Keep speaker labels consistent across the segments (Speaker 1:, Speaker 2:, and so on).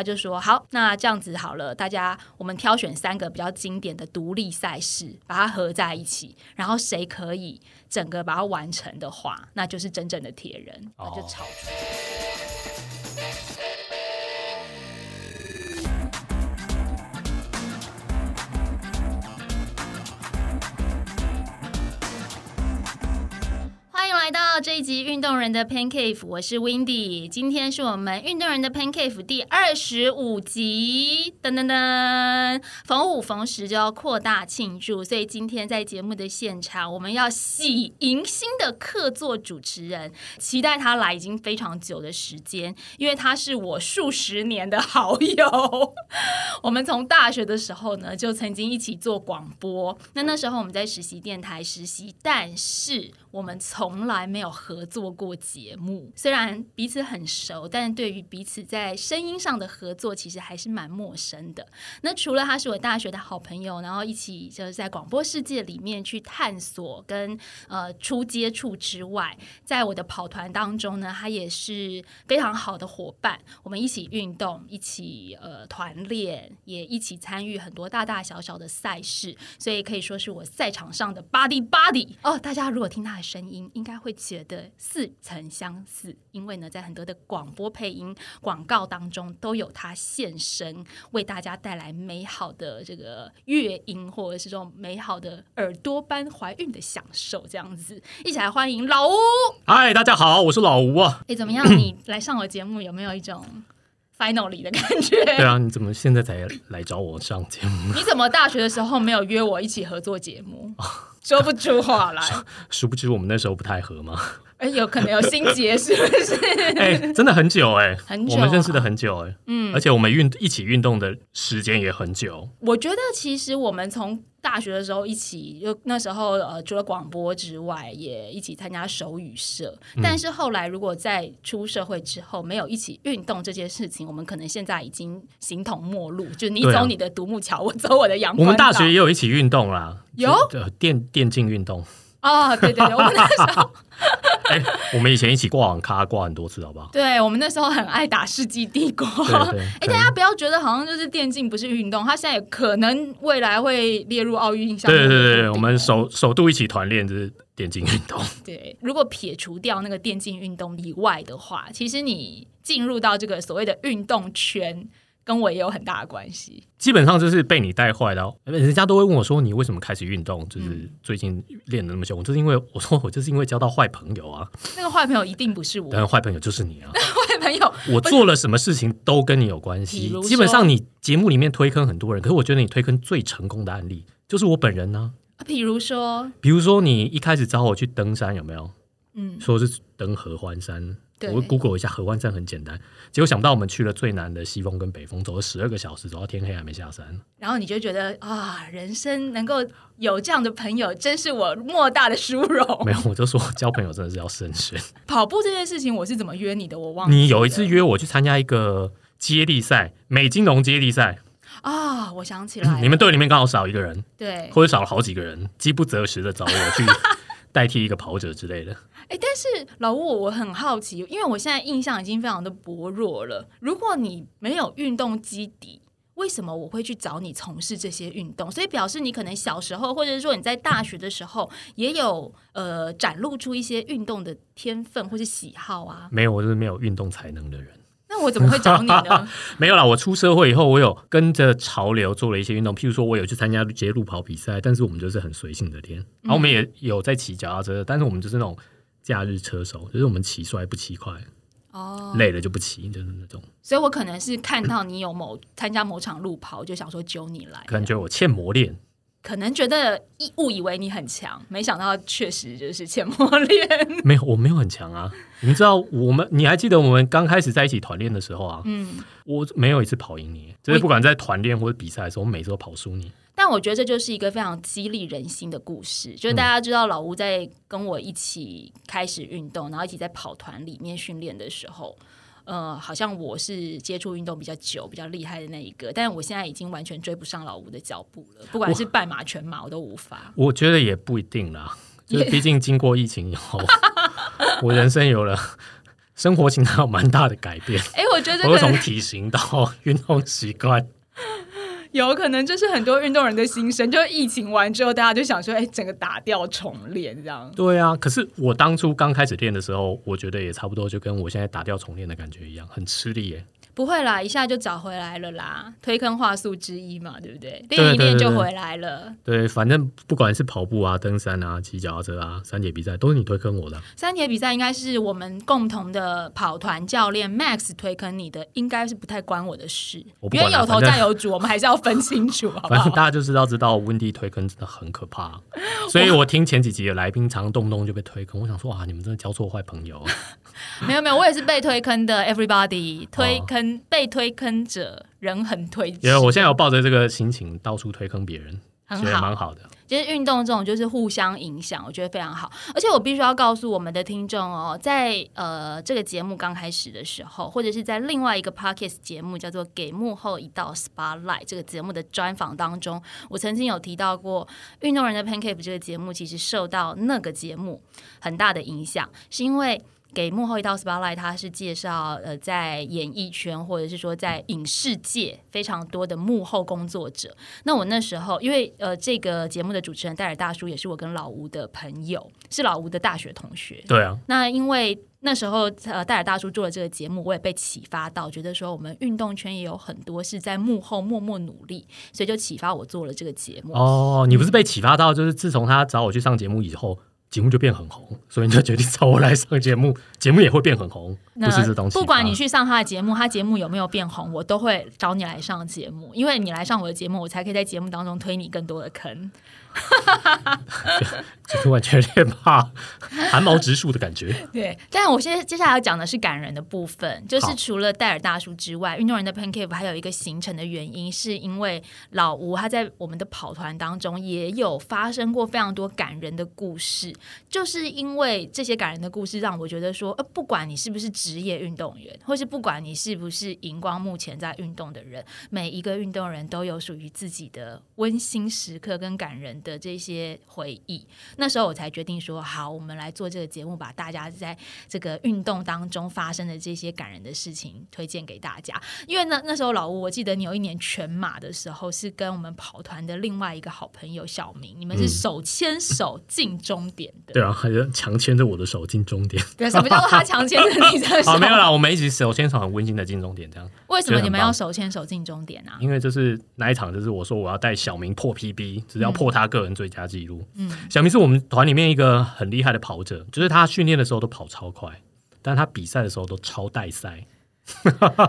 Speaker 1: 他就说好，那这样子好了，大家我们挑选三个比较经典的独立赛事，把它合在一起，然后谁可以整个把它完成的话，那就是真正的铁人，那
Speaker 2: 哦
Speaker 1: 就吵出来。欢迎来到这一集《运动人的 Pan Cave》，我是 Windy，今天是我们《运动人的 Pan Cave》第二十五集，噔噔噔，逢五逢十就要扩大庆祝，所以今天在节目的现场，我们要喜迎新的客座主持人，期待他来已经非常久的时间，因为他是我数十年的好友。我们从大学的时候呢，就曾经一起做广播。那那时候我们在实习电台实习，但是我们从来没有合作过节目。虽然彼此很熟，但对于彼此在声音上的合作，其实还是蛮陌生的。那除了他是我大学的好朋友，然后一起就是在广播世界里面去探索跟呃初接触之外，在我的跑团当中呢，他也是非常好的伙伴。我们一起运动，一起呃团练，也一起参与很多大大小小的赛事，所以可以说是我赛场上的 body body。哦，大家如果听他的声音，应该会觉得似曾相似，因为呢，在很多的广播配音广告当中都有他现身，为大家带来美好的这个乐音，或者是这种美好的耳朵般怀孕的享受，这样子。一起来欢迎老吴。
Speaker 2: 嗨，大家好，我是老吴啊。
Speaker 1: 哎，怎 么样？你来上我节目有没有一种 finally 的感
Speaker 2: 对
Speaker 1: 觉？
Speaker 2: 啊，你怎么现在才来找我上节目？
Speaker 1: 你怎么大学的时候没有约我一起合作节目？说不出话来，
Speaker 2: 殊不知我们那时候不太合嘛。
Speaker 1: 哎，有可能有心结是不是？
Speaker 2: 哎、真的很久哎、
Speaker 1: 很久啊
Speaker 2: 我们认识的很久哎、嗯，而且我们运一起运动的时间也很久。
Speaker 1: 我觉得其实我们从大学的时候一起，就那时候呃，除了广播之外，也一起参加手语社。
Speaker 2: 嗯
Speaker 1: 但是后来如果在出社会之后没有一起运动这件事情，我们可能现在已经形同陌路。就你
Speaker 2: 对啊
Speaker 1: 走你的独木桥，我走我的阳
Speaker 2: 我
Speaker 1: 光。
Speaker 2: 们大学也有一起运动啦，
Speaker 1: 有
Speaker 2: 就呃电电竞运动。
Speaker 1: 哦，对对对，我们那时候
Speaker 2: 哎、我们以前一起挂网咖挂很多次，好 不好？
Speaker 1: 对我们那时候很爱打《世纪帝国》
Speaker 2: 对对
Speaker 1: 哎，
Speaker 2: 可能
Speaker 1: 大家不要觉得好像就是电竞不是运动，它现在也可能未来会列入奥运项目。
Speaker 2: 对对对对，我们首首度一起团练就是电竞运动。
Speaker 1: 对，如果撇除掉那个电竞运动以外的话，其实你进入到这个所谓的运动圈，跟我也有很大的关系。
Speaker 2: 基本上就是被你带坏的哦、嗯人家都会问我说：“你为什么开始运动？就是最近练的那么凶？”就是因为 我说我就是因为交到坏朋友啊，
Speaker 1: 那个坏朋友一定不是我，
Speaker 2: 当然坏朋友就是你 啊。
Speaker 1: 坏朋友
Speaker 2: 我做了什么事情都跟你有关
Speaker 1: 比
Speaker 2: 系
Speaker 1: 如。说
Speaker 2: 基本上你节目里面推坑很多人，可是我觉得你推坑最成功的案例就是我本人呢、
Speaker 1: 比如说，
Speaker 2: 比如说你一开始找我去登山，有没有？
Speaker 1: 嗯，
Speaker 2: 说是登合欢山，
Speaker 1: 对
Speaker 2: 我 Google 一下合欢山很简单，结果想不到我们去了最南的西峰跟北峰，走了十二个小时，走到天黑还没下山。
Speaker 1: 然后你就觉得啊，人生能够有这样的朋友，真是我莫大的殊荣。
Speaker 2: 没有，我就说交朋友真的是要慎选。
Speaker 1: 跑步这件事情，我是怎么约你的？我忘了。
Speaker 2: 你有一次约我去参加一个接力赛，美金融接力赛，
Speaker 1: 啊、我想起来了，
Speaker 2: 你们队里面刚好少一个人，
Speaker 1: 对，
Speaker 2: 或者少了好几个人，饥不择食的找我 去代替一个跑者之类的。
Speaker 1: 哎，但是老吴，我很好奇，因为我现在印象已经非常的薄弱了。如果你没有运动基底，为什么我会去找你从事这些运动？所以表示你可能小时候，或者是说你在大学的时候，也有呃展露出一些运动的天分或是喜好啊。
Speaker 2: 没有，我就是没有运动才能的人。
Speaker 1: 那我怎么会找你呢？
Speaker 2: 没有啦，我出社会以后，我有跟着潮流做了一些运动，譬如说我有去参加街路跑比赛，但是我们就是很随性的
Speaker 1: 嗯
Speaker 2: 练，然后我们也有在骑脚踏车，但是我们就是那种假日车手，就是我们骑摔不骑快，
Speaker 1: 哦，
Speaker 2: 累了就不骑，就是那种。
Speaker 1: 所以我可能是看到你有某参加某场路跑，就想说揪你来，
Speaker 2: 可能觉得我欠磨练，
Speaker 1: 可能觉得一误以为你很强，没想到确实就是浅 磨练。
Speaker 2: 没有，我没有很强啊。 你知道我们，你还记得我们刚开始在一起团练的时候啊？
Speaker 1: 嗯。
Speaker 2: 我没有一次跑赢你，就是不管在团练或者比赛的时候，我每次都跑输你。
Speaker 1: 但我觉得这就是一个非常激励人心的故事，就是大家知道老吴在跟我一起开始运动，然后一起在跑团里面训练的时候，呃，好像我是接触运动比较久、比较厉害的那一个，但我现在已经完全追不上老吴的脚步了，不管是半马、全马，我都无法。
Speaker 2: 我觉得也 不一定啦，就是毕竟经过疫情以后，我人生有了生活形态有蛮大的改变，
Speaker 3: 哎、我觉得
Speaker 2: 我会
Speaker 3: 可
Speaker 2: 从
Speaker 3: 能
Speaker 2: 体型到运动习惯。
Speaker 3: 有可能就是很多运动人的心声，就是疫情完之后，大家就想说，哎、整个打掉重练这样。
Speaker 2: 对啊，可是我当初刚开始练的时候，我觉得也差不多，就跟我现在打掉重练的感觉一样，很吃力耶。
Speaker 1: 不会啦，一下就找回来了啦，推坑话术之一嘛，对不对？
Speaker 2: 对
Speaker 1: 练一练
Speaker 2: 对
Speaker 1: 就
Speaker 2: 对
Speaker 1: 回来了。
Speaker 2: 对，反正不管是跑步啊、登山啊、骑脚踏车啊、山铁比赛，都是你推坑我的啊。
Speaker 1: 三铁比赛应该是我们共同的跑团教练 Max 推坑你的，应该是不太关我的事
Speaker 2: 我。不
Speaker 1: 因为
Speaker 2: 管啦
Speaker 1: 有头
Speaker 2: 反正
Speaker 1: 战有主，我们还是要分清楚，好不
Speaker 2: 反正
Speaker 1: 好？
Speaker 2: 大家就知道，知道温蒂推坑真的很 可怕，啊所以我听前几集的来宾，常动不动就被推坑。我想说啊，你们真的交错坏朋友啊。
Speaker 1: 没有没有，我也是被推坑的，Everybody 推坑、被推坑者人很推
Speaker 2: 哦因
Speaker 1: 荐，
Speaker 2: 为我现在有抱着这个心情到处推坑别人，
Speaker 1: 很
Speaker 2: 觉得
Speaker 1: 好
Speaker 2: 蛮。好的。
Speaker 1: 其实运动这种就是互相影响，我觉得非常好。而且我必须要告诉我们的听众哦，在呃这个节目刚开始的时候，或者是在另外一个 podcast 节目叫做《给幕后一道 spotlight》这个节目的专访当中，我曾经有提到过，《运动人的 Pancake》这个节目其实受到那个节目很大的影响，是因为。给幕后一道 spotlight，它是介绍呃，在演艺圈或者是说在影视界非常多的幕后工作者，那我那时候，因为呃，这个节目的主持人戴尔大叔也是我跟老吴的朋友，是老吴的大学同学。
Speaker 2: 对啊，
Speaker 1: 那因为那时候呃，戴尔大叔做了这个节目，我也被启发到，觉得说我们运动圈也有很多是在幕后默默努力，所以就启发我做了这个节目。
Speaker 2: 哦，你不是被启发到，就是自从他找我去上节目以后，节目就变很红，所以你就决定找我来上节目， 节目也会变很红，
Speaker 1: 那
Speaker 2: 不是这东西。啊
Speaker 1: 不管你去上他的节目，他节目有没有变红，我都会找你来上节目，因为你来上我的节目，我才可以在节目当中推你更多的坑。
Speaker 2: 就是 完全害怕汗毛直竖的感觉。
Speaker 3: 对，
Speaker 1: 但我现在接下来要讲的是感人的部分，就是
Speaker 2: 好
Speaker 1: 除了戴尔大叔之外，运动人的 Pancake 还有一个形成的原因，是因为老吴他在我们的跑团当中也有发生过非常多感人的故事，就是因为这些感人的故事，让我觉得说，呃，不管你是不是职业运动员，或是不管你是不是荧光幕前在运动的人，每一个运动人都有属于自己的温馨时刻跟感人的这些回忆。那时候我才决定说，好，我们来做这个节目，把大家在这个运动当中发生的这些感人的事情推荐给大家。因为呢，那时候老吴，我记得你有一年全马的时候，是跟我们跑团的另外一个好朋友小明，你们是
Speaker 2: 嗯
Speaker 1: 手牵手进终点的。
Speaker 2: 对啊，还是强牵着我的手进终点。
Speaker 1: 对，什么叫做他强牵 着你的手
Speaker 2: 好，？没有啦，我们一起手牵手很温馨的进终点，这样。
Speaker 1: 为什么你们
Speaker 2: 觉得很棒
Speaker 1: 要手牵手进终点啊？
Speaker 2: 因为就是那一场，就是我说我要带小明破 PB，就是要破他个人最佳纪录。
Speaker 1: 嗯
Speaker 2: 小明是我们团里面一个很厉害的跑者，就是他训练的时候都跑超快，但他比赛的时候都超带赛。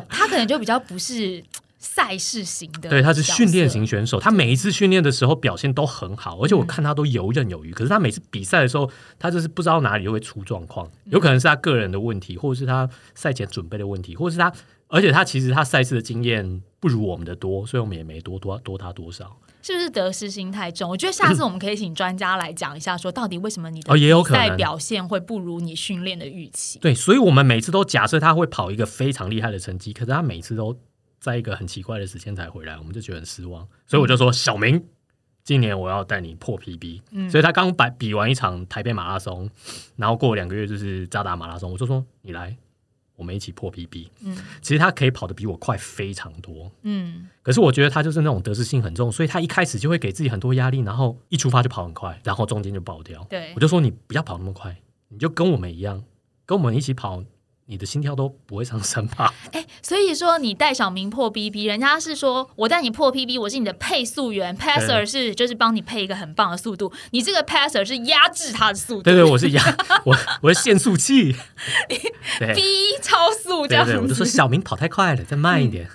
Speaker 1: 他可能就比较不是赛事型的，
Speaker 2: 对，他是训练。型选手，他每一次训练的时候表现都很好，而且
Speaker 1: 嗯
Speaker 2: 我看他都游刃有余。可是他每次比赛的时候，他就是不知道哪里会出状况，
Speaker 1: 嗯
Speaker 2: 有可能是他个人的问题，或者是他赛前准备的问题，或者是他，而且他其实他赛事的经验不如我们的多，所以我们也没多多多他多少。
Speaker 1: 是不是得失心太重？我觉得下次我们可以请专家来讲一下，说到底为什么你的
Speaker 2: 哦也有
Speaker 1: 比
Speaker 2: 可能
Speaker 1: 赛表现会不如你训练的预期。
Speaker 2: 对，所以我们每次都假设他会跑一个非常厉害的成绩，可是他每次都在一个很奇怪的时间才回来，我们就觉得很失望。所以我就说，小明，今年我要带你破 PB。所以他刚摆比完一场台北马拉松，然后过两个月就是扎达马拉松，我就说你来，我们一起破 PB。
Speaker 1: 嗯
Speaker 2: 其实他可以跑得比我快非常多，
Speaker 1: 嗯，
Speaker 2: 可是我觉得他就是那种得失心很重，所以他一开始就会给自己很多压力，然后一出发就跑很快，然后中间就爆掉。
Speaker 1: 对
Speaker 2: 我，就说你不要跑那么快，你就跟我们一样，跟我们一起跑，你的心跳都不会上升吧？
Speaker 1: 哎、所以说你带小明破 BB，人家是说我带你破 PB，我是你的配速员，passer 是就是帮你配一个很棒的速度，你这个 passer 是压制他的速度
Speaker 2: 对 对，我是压我我是限速器，对
Speaker 1: 逼超速这
Speaker 2: 对
Speaker 1: 样
Speaker 2: 对，我就说
Speaker 1: 子
Speaker 2: 小明跑太快了，再慢一点。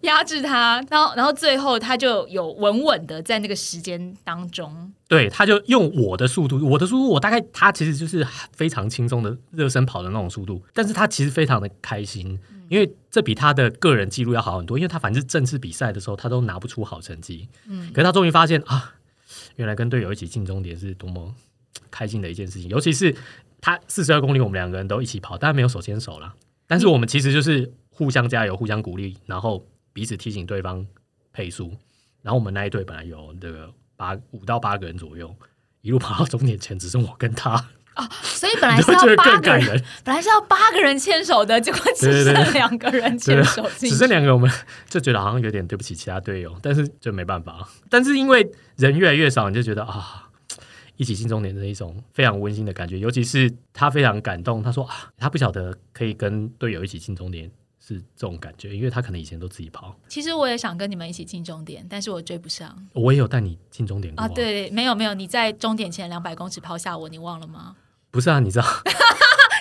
Speaker 1: 压制他，然后然后最后他就有稳稳的在那个时间当中，
Speaker 2: 对，他就用我的速度，我的速度，我大概他其实就是非常轻松的热身跑的那种速度，但是他其实非常的开心，因为这比他的个人记录要好很多，因为他反正正式比赛的时候他都拿不出好成绩，嗯，可是他终于发现啊，原来跟队友一起进终点是多么开心的一件事情，尤其是他四十二公里，我们两个人都一起跑，当然没有手牵手啦，但是我们其实就是互相加油、互相鼓励，然后彼此提醒对方配速。然后我们那一队本来有这个八五到八个人左右，一路跑到终点前只剩我跟他，
Speaker 1: 啊，
Speaker 4: 所以本来
Speaker 2: 你
Speaker 4: 是
Speaker 2: 会觉
Speaker 4: 要
Speaker 2: 得
Speaker 4: 八
Speaker 2: 更
Speaker 4: 个
Speaker 2: 感
Speaker 4: 人，
Speaker 2: 人。
Speaker 1: 本来是要八个人牵手的，结果只
Speaker 2: 对对对
Speaker 1: 剩两个人牵手进
Speaker 2: 只
Speaker 1: 去。
Speaker 2: 剩两个，我们就觉得好像有点对不起其他队友，但是就没办法。但是因为人越来越少，你就觉得啊，一起进终点的一种非常温馨的感觉。尤其是他非常感动，他说啊，他不晓得可以跟队友一起进终点是这种感觉，因为他可能以前都自己跑。
Speaker 1: 其实我也想跟你们一起进终点，但是我追不上
Speaker 2: 我也有带你进终点过
Speaker 1: 啊。，对，没有没有，你在终点前两百公尺抛下我，你忘了吗？
Speaker 2: 不是 啊，你知道，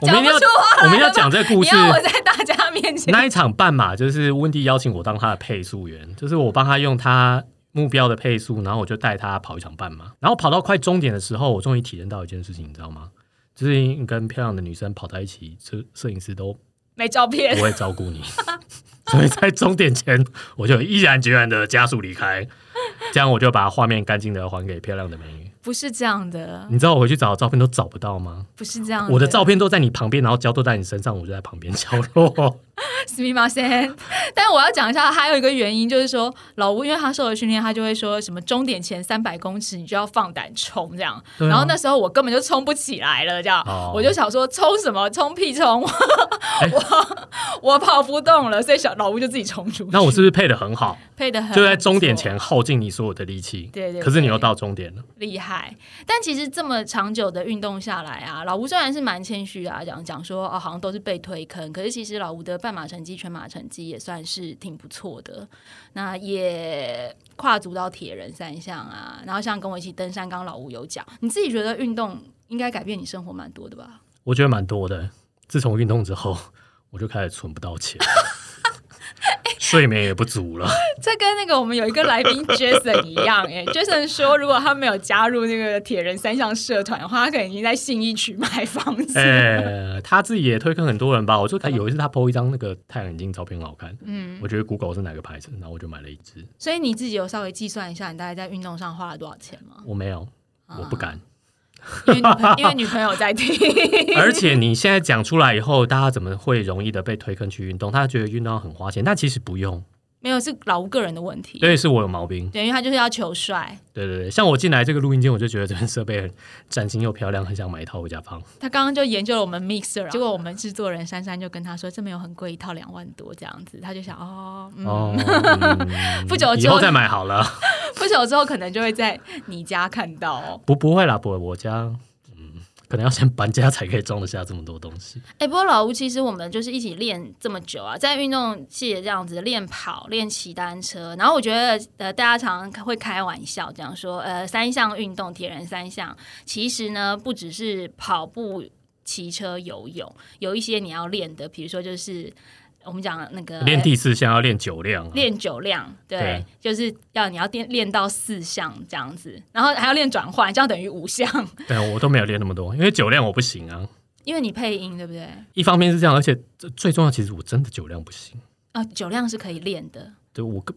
Speaker 2: 我
Speaker 1: 讲
Speaker 2: 们一
Speaker 1: 不
Speaker 2: 定要
Speaker 1: 出话来
Speaker 2: 我们一定要
Speaker 1: 了
Speaker 2: 讲这个故
Speaker 1: 你
Speaker 2: 事。
Speaker 1: 要 我在大家面前
Speaker 2: 那一场半马就是温蒂邀请我当他的配速员，就是我帮他用他目标的配速，然后我就带他跑一场半马。然后跑到快终点的时候，我终于体验到一件事情，你知道吗？就是跟漂亮的女生跑在一起，摄摄影师都
Speaker 1: 没照片
Speaker 2: 不，会照顾你，所以在终点前我就毅然决然的加速离开，这样我就把画面干净的还给漂亮的美女。
Speaker 1: 不是这样的，
Speaker 2: 你知道我回去找照片都找不到吗？
Speaker 1: 不是这样
Speaker 2: 我的照片都在你旁边，然后胶都在你身上，我就在旁边角落。
Speaker 1: s m i 先， 但我要讲一下，还有一个原因就是说，老吴因为他受了训练，他就会说什么终点前三百公尺你就要放胆冲这样。
Speaker 2: 对啊
Speaker 1: 然后那时候我根本就冲不起来了，这样、
Speaker 2: 哦哎
Speaker 1: 我就想说冲什么冲屁冲，我、 我我跑不动了，所以小老吴就自己冲出去。
Speaker 2: 那我是不是配的很好？
Speaker 1: 配的很
Speaker 2: 就在终点前耗尽你所有的力气，
Speaker 1: 嗯对对
Speaker 2: 可是你
Speaker 1: 对
Speaker 2: 又到终点了，
Speaker 1: 厉害，但其实这么长久的运动下来啊，老吴虽然是蛮谦虚啊，讲讲说哦，好像都是被推坑，可是其实老吴的半马成绩、全马成绩也算是挺不错的，那也跨足到铁人三项啊，然后像跟我一起登山，刚刚老吴有讲，你自己觉得运动应该改变你生活蛮多的吧？
Speaker 2: 我觉得蛮多的。自从运动之后， 我就开始存不 到钱，睡眠也不足了。
Speaker 1: 这跟那个我们有一个来宾 Jason 一样、哎，Jason 说如果他没有加入那个铁人三项社团的话，他可能已经在信义区买房子。
Speaker 2: 哎、他自己也推坑很多人吧？我就他有一次他 PO 一张那个太阳眼镜照片很好看，
Speaker 1: 嗯，
Speaker 2: 我觉得 Google 是哪个牌子，然后我就买了一只。
Speaker 1: 所以你自己有稍微计算一下，你大概在运动上花了多少钱吗？
Speaker 2: 我没有，
Speaker 1: 哦
Speaker 2: 我 不敢。
Speaker 1: 因为女朋因为女朋友在听，
Speaker 2: 而且你现在讲出来以后，大家怎么会容易的被推坑去运动？他觉得运动很花钱，但其实不用。
Speaker 1: 没有是老吴个人的问题。
Speaker 2: 对，是我有毛病。
Speaker 1: 对，因为他就是要求帅。
Speaker 2: 对对对，像我进来这个录音间，我就觉得这边设备很崭新又漂亮，很想买一套回家放。
Speaker 1: 他刚刚就研究了我们 mixer，结果我们制作人珊珊就跟他说，这没有很贵，一套两万多这样子。他就想，哦，嗯，
Speaker 2: 哦，嗯
Speaker 1: 不久
Speaker 2: 以
Speaker 1: 就
Speaker 2: 后再买好了。
Speaker 1: 不久之后可能就会在你家看到、哦。
Speaker 2: 不，不会啦，不会，我家嗯，可能要先搬家才可以装得下这么多东西。
Speaker 4: 哎、不过老吴，其实我们就是一起练这么久啊，在运动界这样子练跑、练骑单车，然后我觉得呃，大家常常会开玩笑这样说，呃，三项运动，铁人三项，其实呢不只是跑步、骑车、游泳，有一些你要练的，比如说就是我们讲那个
Speaker 2: 练第四项要练酒量、啊，
Speaker 4: 练酒量，对
Speaker 2: 对，
Speaker 4: 就是要你要练练到四项这样子，然后还要练转换，这样等于五项，
Speaker 2: 对我都没有练那么多，因为酒量我不行啊。
Speaker 4: 因为你配音对不对？
Speaker 2: 一方面是这样，而且最最重要，其实我真的酒量不行。
Speaker 4: 啊、酒量是可以练的，
Speaker 2: 对我个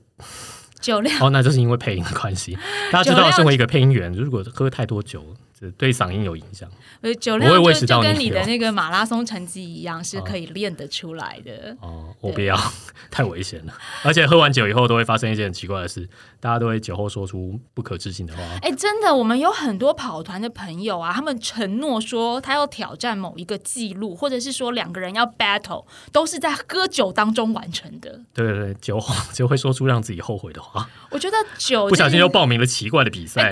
Speaker 4: 酒量
Speaker 2: 哦，那就是因为配音的关系。大家知
Speaker 1: 酒
Speaker 2: 道，
Speaker 1: 量
Speaker 2: 身为一个配音员，如果喝太多酒，这对嗓音有影响。
Speaker 1: 呃酒
Speaker 2: 我
Speaker 1: 量
Speaker 2: 也
Speaker 1: 就
Speaker 2: 胃食哦
Speaker 1: 就
Speaker 2: 道
Speaker 1: 跟
Speaker 2: 逆
Speaker 1: 你的
Speaker 2: 流
Speaker 1: 那个马拉松成绩一样，是可以练得出来的。
Speaker 2: 哦，我不要， 太危险了。而且喝完酒以后都会发生一件很奇怪的事，大家都会酒后说出不可置信的话。
Speaker 1: 哎、真的，我们有很多跑团的朋友啊，他们承诺说他要挑战某一个记录，或者是说两个人要 battle，都是在喝酒当中完成的。
Speaker 2: 对对对，酒后就会说出让自己后悔的话，
Speaker 1: 我哎觉得酒
Speaker 2: 不小心
Speaker 1: 这
Speaker 2: 就
Speaker 1: 件
Speaker 2: 报名了奇怪的比赛。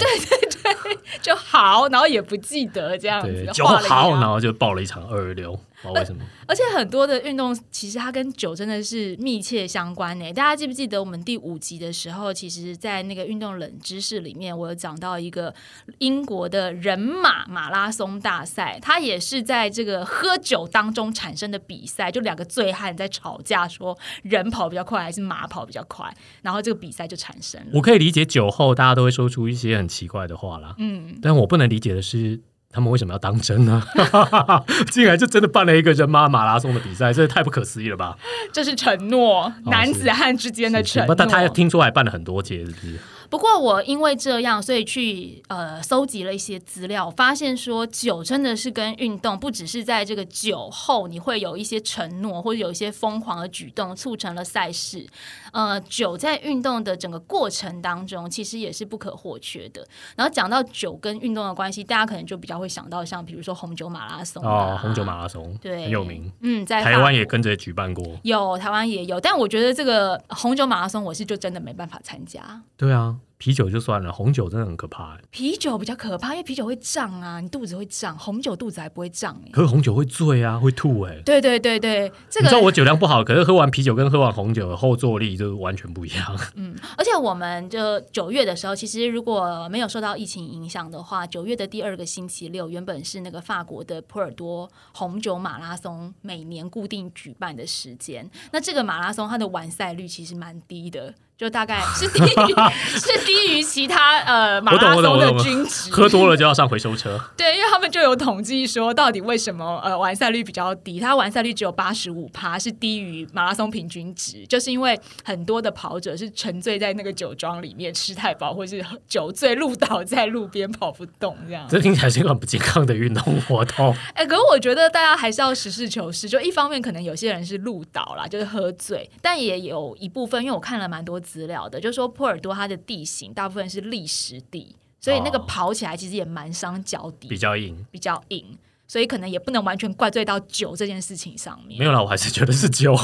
Speaker 1: 就好，然后也不记得这样
Speaker 2: 对
Speaker 1: 子，
Speaker 2: 酒后
Speaker 1: 画了一
Speaker 2: 好，
Speaker 1: 样
Speaker 2: 然后就报了一场二流，不知道为什么。
Speaker 1: 而且很多的运动其实它跟酒真的是密切相关呢。大家记不记得我们第五集的时候，其实，在那个运动冷知识里面，我有讲到一个英国的人马马拉松大赛，它也是在这个喝酒当中产生的比赛，就两个醉汉在吵架，说人跑比较快还是马跑比较快，然后这个比赛就产生了。
Speaker 2: 我可以理解酒后大家都会说出一些很奇怪的话啦，
Speaker 1: 嗯，
Speaker 2: 但我不能理解的是。他们为什么要当真呢？ 竟然就真的办了一个人马马拉松的比赛，这也太不可思议了吧！
Speaker 1: 这是承诺，男子汉之间的承
Speaker 2: 不
Speaker 1: 诺。
Speaker 2: 但他听说还办了很多届，是不是？
Speaker 4: 不过我因为这样，所以去呃搜集了一些资料，我发现说酒真的是跟运动不只是在这个酒后你会有一些承诺或者有一些疯狂的举动，促成了赛事，
Speaker 1: 呃，酒在运动的整个过程当中，其实也是不可或缺的。然后讲到酒跟运动的关系，大家可能就比较会想到像比如说红酒马拉松啊，
Speaker 2: 哦，红酒马拉松
Speaker 1: 对
Speaker 2: 很有名，
Speaker 1: 嗯，在
Speaker 2: 台
Speaker 1: 法
Speaker 2: 湾也跟着举办过。
Speaker 1: 有，台湾也有，但我觉得这个红酒马拉松我是就真的没办法参加。
Speaker 2: 对啊，啤酒就算了，红酒真的很可怕欸。
Speaker 1: 啤酒比较可怕，因为啤酒会胀啊，你肚子会胀，红酒肚子还不会胀哎、
Speaker 2: 可是红酒会醉啊，会吐哎、
Speaker 1: 对对对对，这
Speaker 2: 你知道
Speaker 1: 个
Speaker 2: 我酒量不好，可是喝完啤酒跟喝完红酒的后坐力就是完全不一 样。
Speaker 1: 嗯，而且我们就九月的时候，其实如果没有受到疫情影响的话，九月的第二个星期六原本是那个法国的波尔多红酒马拉松每年固定举办的时间。那这个马拉松它的完赛率其实蛮低的，就大概是低 于是低于其他呃马
Speaker 2: 我懂
Speaker 1: 拉
Speaker 2: 我懂
Speaker 1: 松
Speaker 2: 我
Speaker 1: 的
Speaker 2: 懂
Speaker 1: 均值。
Speaker 2: 喝多了就要上回收车，
Speaker 1: 对，因为他们就有统计说，到底为什么呃完赛率比较低？它完赛率只有八十五趴，是低于马拉松平均值，就是因为很多的跑者是沉醉在那个酒庄里面，吃太饱或是喝酒醉路倒在路边跑不动这 样。
Speaker 2: 这听起来是一个很不健康的运动活动。
Speaker 1: 哎、可是我觉得大家还是要实事求是，就一方面可能有些人是路倒啦，就是喝醉，但也有一部分，因为我看了蛮多资料的，就说波尔多它的地形大部分是砾石地。所以那个
Speaker 2: 哦
Speaker 1: 跑起来其实也蛮伤脚底的
Speaker 2: 比 较硬，
Speaker 1: 比较硬，所以可能也不能完全怪罪到酒这件事情上
Speaker 2: 没
Speaker 1: 面。
Speaker 2: 有啦，我还是觉得是酒。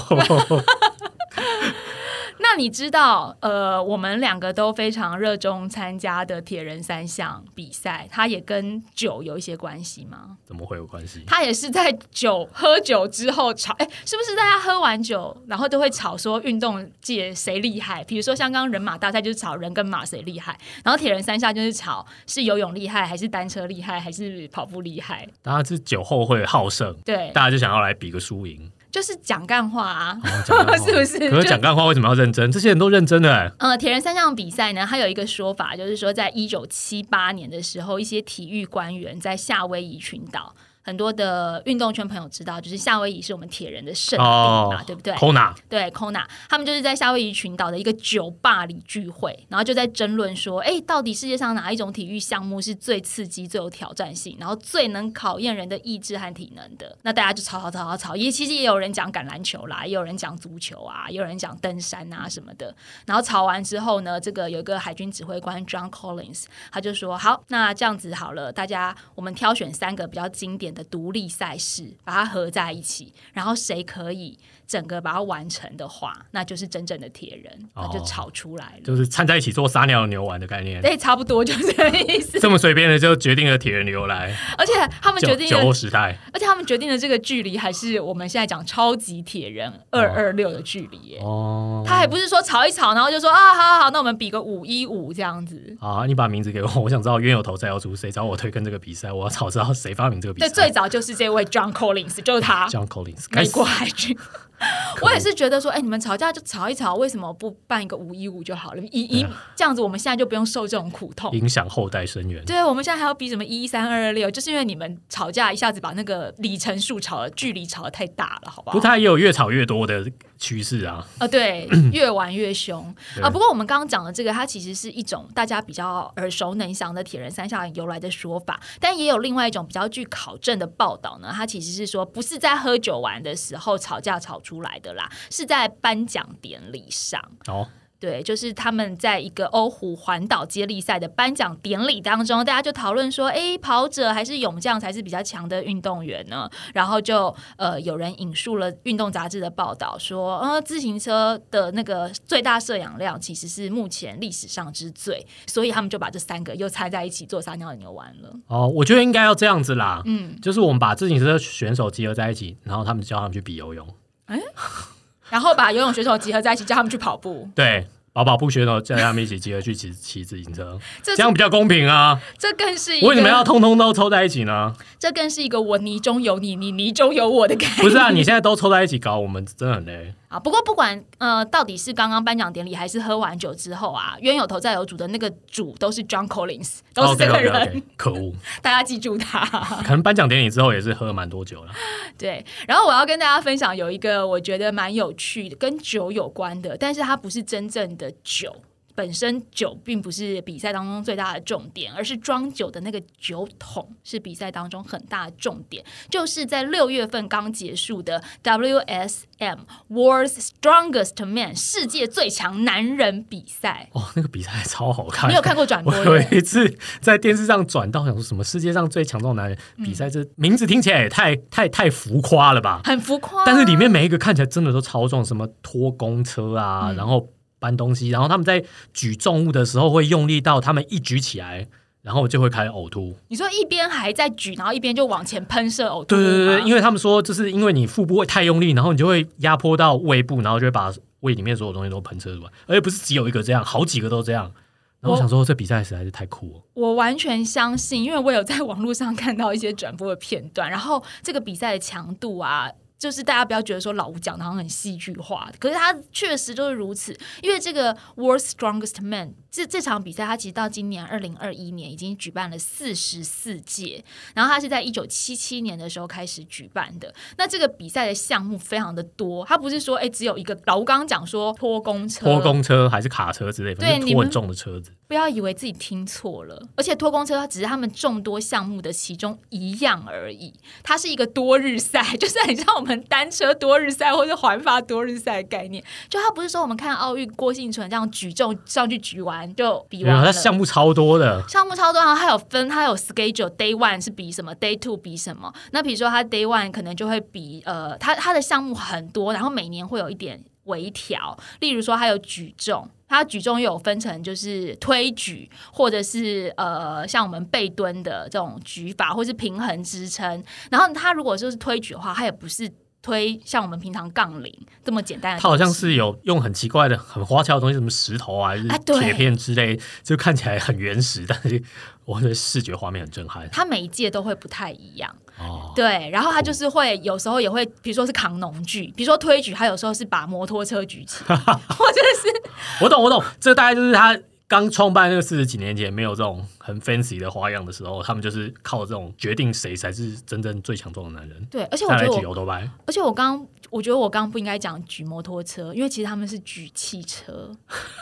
Speaker 1: 那你知道，呃，我们两个都非常热衷参加的铁人三项比赛，它也跟酒有一些关系吗？
Speaker 2: 怎么会有关系？
Speaker 1: 它也是在酒喝酒之后吵，哎，是不是大家喝完酒，然后都会吵说运动界谁厉害？比如说像刚刚人马大赛就是吵人跟马谁厉害，然后铁人三项就是吵是游泳厉害还是单车厉害还是跑步厉害？
Speaker 2: 大家是酒后会好胜，
Speaker 1: 对，
Speaker 2: 大家就想要来比个 输赢，
Speaker 1: 就是讲干话啊。
Speaker 2: 哦讲干 话
Speaker 1: 是不是
Speaker 2: 可
Speaker 1: 就是
Speaker 2: 讲干话为什么要认真？这些人都认真的、欸，
Speaker 1: 呃，铁人三项比赛呢，它有一个说法，就是说在一九七八年的时候，一些体育官员在夏威夷群岛，很多的运动圈朋友知道，就是夏威夷是我们铁人的圣地嘛，
Speaker 2: 哦
Speaker 1: 对不对？
Speaker 2: 抠哪？
Speaker 1: 对，Kona，他们就是在夏威夷群岛的一个酒吧里聚会，然后就在争论说，哎，到底世界上哪一种体育项目是最刺激、最有挑战性，然后最能考验人的意志和体能的？那大家就吵吵吵吵吵，也其实也有人讲橄榄球啦，也有人讲足球啊，也有人讲登山啊什么的。然后吵完之后呢，这个有一个海军指挥官 John Collins，他就说：“好，那这样子好了，大家我们挑选三个比较经典的独立赛事，把它合在一起，然后谁可以整个把它完成的话，那就是真正的铁人。”
Speaker 2: 哦
Speaker 1: 那就吵出来了。
Speaker 2: 就是掺在一起做撒尿牛丸的概念，
Speaker 1: 对，差不多就是这个意 思。
Speaker 2: 这么随便的就决定了铁人由来，
Speaker 1: 而且他们
Speaker 2: 酒
Speaker 1: 决定
Speaker 2: 酒
Speaker 1: 了
Speaker 2: 后，时代。
Speaker 1: 而且他们决定的这个距离还是我们现在讲超级铁人二二六的距离耶。
Speaker 2: 哦，
Speaker 1: 他还不是说吵一吵，然后就说啊，好好好，那我们比个五一五这样子。
Speaker 2: 啊，你把名字给我，我想知道冤有头债有主，谁找我推跟这个比赛，我要找知道谁发明这个比
Speaker 1: 对，
Speaker 2: 赛。
Speaker 1: 最早就是这位 John Collins，就是他，
Speaker 2: John Collins，该
Speaker 1: 美
Speaker 2: 死
Speaker 1: 国海 军。我也是觉得说，哎、你们吵架就吵一吵，为什么不办一个五一五就好了？一一、
Speaker 2: 啊
Speaker 1: 这样子，我们现在就不用受这种苦痛。
Speaker 2: 影响后代深远。
Speaker 1: 对，我们现在还要比什么一三二二六，就是因为你们吵架一下子把那个里程数吵的距离吵的太大了，好不好？
Speaker 2: 不太也有越吵越多的趋势啊，
Speaker 1: 啊，对，越玩越凶
Speaker 2: 对
Speaker 1: 啊。不过我们刚刚讲的这个，它其实是一种大家比较耳熟能详的铁人三项由来的说法，但也有另外一种比较具考证的报道呢。它其实是说，不是在喝酒玩的时候吵架吵出来的啦，是在颁奖典礼上。
Speaker 2: 哦，
Speaker 1: 对，就是他们在一个欧湖环岛接力赛的颁奖典礼当中，大家就讨论说，诶，跑者还是泳将才是比较强的运动员呢？然后就呃，有人引述了运动杂志的报道说，呃，自行车的那个最大摄氧量其实是目前历史上之最，所以他们就把这三个又掺在一起做撒尿牛丸了。
Speaker 2: 哦，我觉得应该要这样子啦，
Speaker 1: 嗯，
Speaker 2: 就是我们把自行车选手集合在一起，然后他们教他们去比游泳，
Speaker 1: 然后把游泳选手集合在一起，叫他们去跑步，
Speaker 2: 对，跑跑步选手叫他们一起集合去骑骑自行车，
Speaker 1: 这
Speaker 2: 这样比较公平啊，
Speaker 1: 这更是一个
Speaker 2: 为什么要通通都凑在一起呢？
Speaker 1: 这更是一个我泥中有你，你泥中有我的感觉。
Speaker 2: 不是啊，你现在都凑在一起搞，我们真的很累。
Speaker 1: 啊，不过不管呃，到底是刚刚颁奖典礼还是喝完酒之后啊，冤有头债有主的那个主都是 John Collins，都是这个
Speaker 2: OK，OK，OK，
Speaker 1: 人
Speaker 2: 可恶！
Speaker 1: 大家记住他。
Speaker 2: 可能颁奖典礼之后也是喝了蛮多酒了，
Speaker 1: 对，然后我要跟大家分享有一个我觉得蛮有趣的，跟酒有关的，但是它不是真正的酒。本身酒并不是比赛当中最大的重点，而是装酒的那个酒桶是比赛当中很大的重点。就是在六月份刚结束的 WSM World's Strongest Man 世界最强男人比 赛。
Speaker 2: 哦，那个比赛超好看。
Speaker 1: 你有看过转播
Speaker 2: 哎我
Speaker 1: 的？
Speaker 2: 有一次在电视上转到，想说什么世界上最强壮男人
Speaker 1: 嗯
Speaker 2: 比赛，这名字听起来也太太太浮夸了吧？
Speaker 1: 很浮夸，啊
Speaker 2: 但是里面每一个看起来真的都超壮，什么拖公车啊，
Speaker 1: 嗯
Speaker 2: 然后搬东西，然后他们在举重物的时候会用力到，他们一举起来，然后就会开始呕吐。
Speaker 1: 你说一边还在举，然后一边就往前喷射呕吐
Speaker 2: 对
Speaker 1: 物吗，
Speaker 2: 对对，因
Speaker 1: 为
Speaker 2: 为他们说，就是因为你腹部会太用力，然后你就会压迫到胃部，然后就会把胃里面所有东西都喷射出来，而且不是只有一个这样，好几个都这样。然后
Speaker 1: 哦
Speaker 2: 我想说，这比赛实在是太酷了。
Speaker 1: 我完全相信，因为我有在网络上看到一些转播的片段，然后这个比赛的强度啊。就是大家不要觉得说老吴讲的好像很戏剧化，可是他确实就是如此。因为这个 World's Strongest Man 这这场比赛，它其实到今年二零二一年已经举办了四十四届，然后它是在一九七七年的时候开始举办的。那这个比赛的项目非常的多，它不是说诶只有一个。老吴刚刚讲说拖公车，啊
Speaker 2: 拖公车还是卡车之类，反
Speaker 1: 对
Speaker 2: 正
Speaker 1: 你
Speaker 2: 拖
Speaker 1: 们
Speaker 2: 很重的车子。
Speaker 1: 不要以为自己听错了，而且拖公车它只是他们众多项目的其中一样而已，它是一个多日赛， 就是很像我们单车多日赛或者环法多日赛的概念。就它不是说我们看奥运郭幸存这样举重上去举完就比
Speaker 2: 然
Speaker 1: 完
Speaker 2: 后
Speaker 1: 了
Speaker 2: 啊它。项目超多的，
Speaker 1: 项目超多，然后它有分，它有 schedule day one 是比什么，day two 比什么。那比如说它 day one 可能就会比呃，它它的项目很多，然后每年会有一点微调。例如说它有举重，它举重又有分成就是推举，或者是呃像我们背蹲的这种举法，或是平衡支撑。然后它如果就是推举的话，它也不是。推像我们平常杠铃这么简单的东西，
Speaker 2: 它好像是有用很奇怪的、很花俏的东西，什么石头啊，还是
Speaker 1: 啊对
Speaker 2: 铁片之类，就看起来很原始，但是我的视觉画面很震撼
Speaker 1: 它每一届都会不太一样。
Speaker 2: 哦。
Speaker 1: 对，然后他就是会有时候也会，比如说是扛农具，比如说推举，他有时候是把摩托车举 起，或者是
Speaker 2: 我懂，我懂，这大概就是他刚创办那个四十几年前没有这种很 fancy 的花样的时候，他们就是靠这种决定谁才是真正最强壮的男人。
Speaker 1: 对。而且我
Speaker 2: 再
Speaker 1: 觉
Speaker 2: 来
Speaker 1: 得
Speaker 2: 举哦
Speaker 1: 我，
Speaker 2: 油头白，
Speaker 1: 而且我刚我觉得我刚刚不应该讲举摩托车，因为其实他们是举汽 车，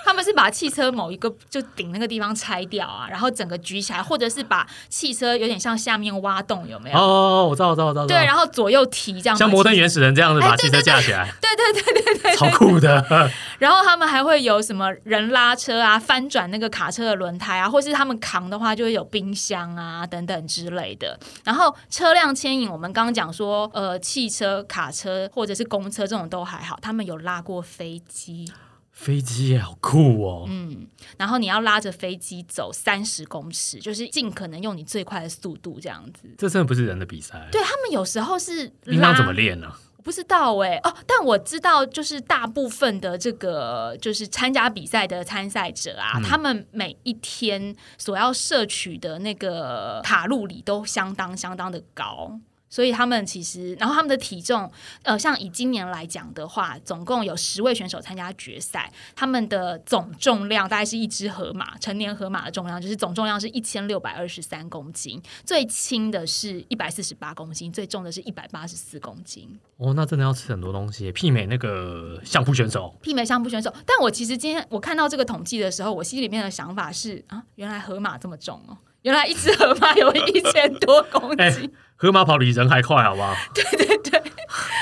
Speaker 1: 他们是把汽车某一个就顶那个地方拆掉啊，然后整个举起来，或者是把汽车有点像下面挖洞，有没有？
Speaker 2: 哦，我知道，我知道，我知道，
Speaker 1: 啊对，然后左右提这样，
Speaker 2: 像摩登原始人这样子
Speaker 1: 哎
Speaker 2: 把
Speaker 1: 对
Speaker 2: 汽车架起来，
Speaker 1: 对对对对对，
Speaker 2: 超酷的。
Speaker 1: 然后他们还会有什么人拉车啊，翻转那个卡车的轮胎啊，或是他们扛的话就会有冰箱啊等等之类的。然后车辆牵引，我们刚刚讲说，呃，汽车、卡车或者是公车这种都还好，他们有拉过飞机，
Speaker 2: 飞机也好酷哦，
Speaker 1: 嗯然后你要拉着飞机走三十公尺，就是尽可能用你最快的速度这样子。
Speaker 2: 这真的不是人的比赛。
Speaker 1: 对他们有时候是
Speaker 2: 应该
Speaker 1: 拉
Speaker 2: 要怎么练啊呢、
Speaker 1: 我不知道哎、哦，但我知道，就是大部分的这个就是参加比赛的参赛者啊，他们每一天所要摄取的那个卡路里都相当相当的高。所以他们其实，然后他们的体重，呃，像以今年来讲的话，总共有十位选手参加决赛，他们的总重量大概是一只河马，成年河马的重量就是总重量是一千六百二十三公斤，最轻的是一百四十八公斤，最重的是一百八十四公斤。
Speaker 2: 哦，那真的要吃很多东西，媲美那个相扑选手。
Speaker 1: 媲美相扑选手。但我其实今天我看到这个统计的时候，我心里面的想法是啊，原来河马这么重哦，原来一只河马有一千多公斤，
Speaker 2: 哎河马跑比人还快，好 不好？对对对，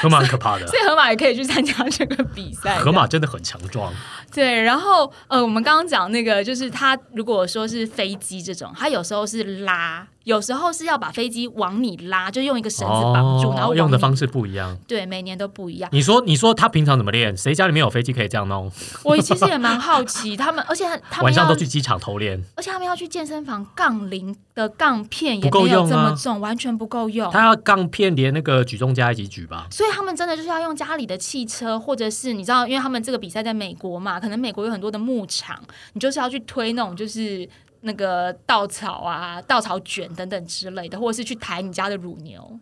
Speaker 2: 河马很可怕的，
Speaker 1: 所以河马也可以去参加这个比赛。
Speaker 2: 河马真的很强壮。
Speaker 1: 对，然后呃，我们刚刚讲那个，就是它如果说是飞机这种，它有时候是拉，有时候是要把飞机往你拉，就用一个绳子绑住，然后往
Speaker 2: 哦用的
Speaker 1: 你
Speaker 2: 方式不一样。
Speaker 1: 对，每年都不一样。
Speaker 2: 你说，你说他平常怎么练？谁家里面有飞机可以这样弄？
Speaker 1: 我其实也蛮好奇，他们而且他
Speaker 2: 晚
Speaker 1: 们
Speaker 2: 上
Speaker 1: 要
Speaker 2: 都去机场偷练。
Speaker 1: 而且他们要去健身房，杠铃的杠片也
Speaker 2: 不够
Speaker 1: 没有
Speaker 2: 用
Speaker 1: 这
Speaker 2: 啊
Speaker 1: 么重，完全不够用。
Speaker 2: 他要杠片连那个举重架一起举吧。
Speaker 1: 所以他们真的就是要用家里的汽车，或者是你知道，因为他们这个比赛在美国嘛，可能美国有很多的牧场，你就是要去推那种就是 那个稻草啊、稻草卷等等之类的，或者是去抬你家的乳牛。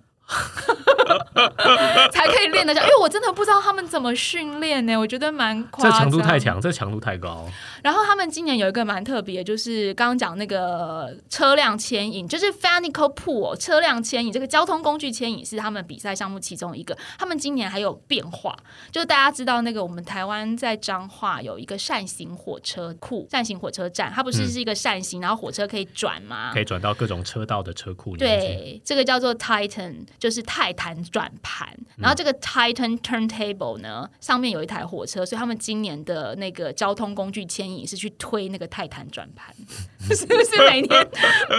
Speaker 1: 才可以练得下，因为我真的不知道他们怎么训练呢，我觉得蛮夸
Speaker 2: 这
Speaker 1: 张。
Speaker 2: 强度太强，这强度太高。
Speaker 1: 然后他们今年有一个蛮特别的，就是刚刚讲那个车辆牵引，就是 f a n i c o Pool 车辆牵引这个交通工具牵引是他们比赛项目其中一个。他们今年还有变化，就是大家知道那个我们台湾在彰化有一个扇形火车库、扇形火车站，它不是
Speaker 2: 嗯
Speaker 1: 是一个扇形，然后火车可以转吗？
Speaker 2: 可以转到各种车道的车库里面去。
Speaker 1: 对，这个叫做 Titan，就是泰坦转盘。然后这个 Titan Turntable 呢，上面有一台火车，所以他们今年的那个交通工具牵引是去推那个泰坦转盘， 是不是每年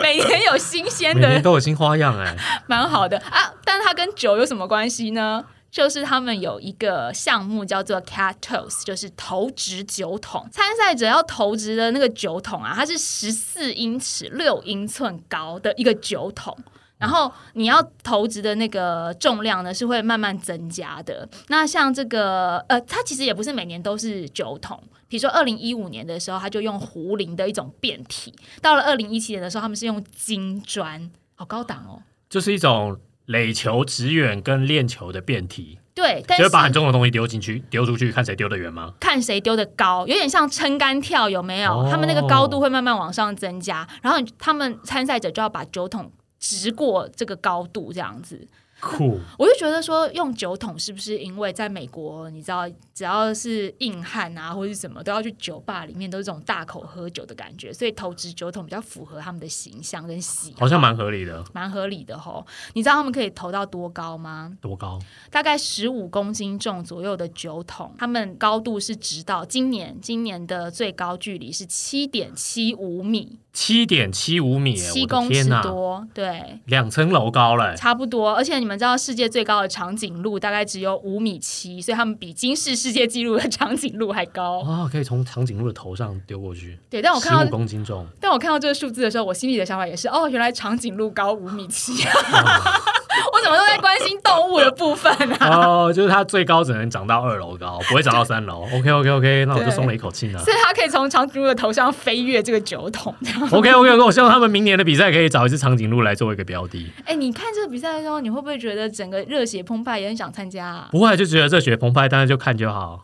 Speaker 1: 每年有新鲜
Speaker 2: 每年
Speaker 1: 的，
Speaker 2: 都有新花样哎、
Speaker 1: 蛮好的啊？但它跟酒有什么关系呢？就是他们有一个项目叫做 cat toss，就是投掷酒桶。参赛者要投掷的那个酒桶啊，它是十四英尺六英寸高的一个酒桶。然后你要投掷的那个重量呢，是会慢慢增加的。那像这个呃，它其实也不是每年都是酒桶，比如说二零一五年的时候，它就用壶铃的一种变体；到了二零一七年的时候，他们是用金砖，好高档哦。
Speaker 2: 就是一种垒球、直远跟练球的变体，
Speaker 1: 对，但
Speaker 2: 就是是把很重的东西丢进去，丢出去，看谁丢得远吗？
Speaker 1: 看谁丢的高，有点像撑杆跳，有没有？
Speaker 2: 哦
Speaker 1: 他们那个高度会慢慢往上增加，然后你他们参赛者就要把酒桶直过这个高度，这样子。
Speaker 2: 酷，
Speaker 1: 我就觉得说，用酒桶是不是因为在美国，你知道，只要是硬汉啊或者是什么，都要去酒吧里面都是这种大口喝酒的感觉，所以投掷酒桶比较符合他们的形象跟喜好，
Speaker 2: 好像蛮合理的。
Speaker 1: 蛮合理的吼。你知道他们可以投到多高吗？
Speaker 2: 多高？
Speaker 1: 大概十五公斤重左右的酒桶，它们高度是直到今年今年的最高距离是七点七五米，
Speaker 2: 七点七五米、欸，
Speaker 1: 七
Speaker 2: 我
Speaker 1: 公
Speaker 2: 的
Speaker 1: 尺
Speaker 2: 天呐、
Speaker 1: 多，对。
Speaker 2: 两层楼高哎嘞、
Speaker 1: 差不多，而且你们知道世界最高的长颈鹿大概只有五米七，所以他们比金氏世界纪录的长颈鹿还高。
Speaker 2: 哦，可以从长颈鹿的头上丢过去，
Speaker 1: 对，哦但我
Speaker 2: 十
Speaker 1: 看
Speaker 2: 五
Speaker 1: 到
Speaker 2: 公 斤重，
Speaker 1: 但我看到这个数字的时候，我心里的想法也是，哦，原来长颈鹿高五米七，
Speaker 2: 哦
Speaker 1: 我怎么都在关心动物的部分啊？
Speaker 2: 哦，就是它最高只能长到二楼高，不会长到三楼。OK OK OK，那我就
Speaker 1: 对
Speaker 2: 松了一口 气了。
Speaker 1: 所以它可以从长颈鹿的头上飞越这个酒桶。
Speaker 2: OK OK，我希望他们明年的比赛可以找一只长颈鹿来做一个标 的。
Speaker 1: 哎、你看这个比赛的时候，你会不会觉得整个热血澎湃，也很想参加、啊？
Speaker 2: 不会就觉得热血澎湃，但是就看就 好。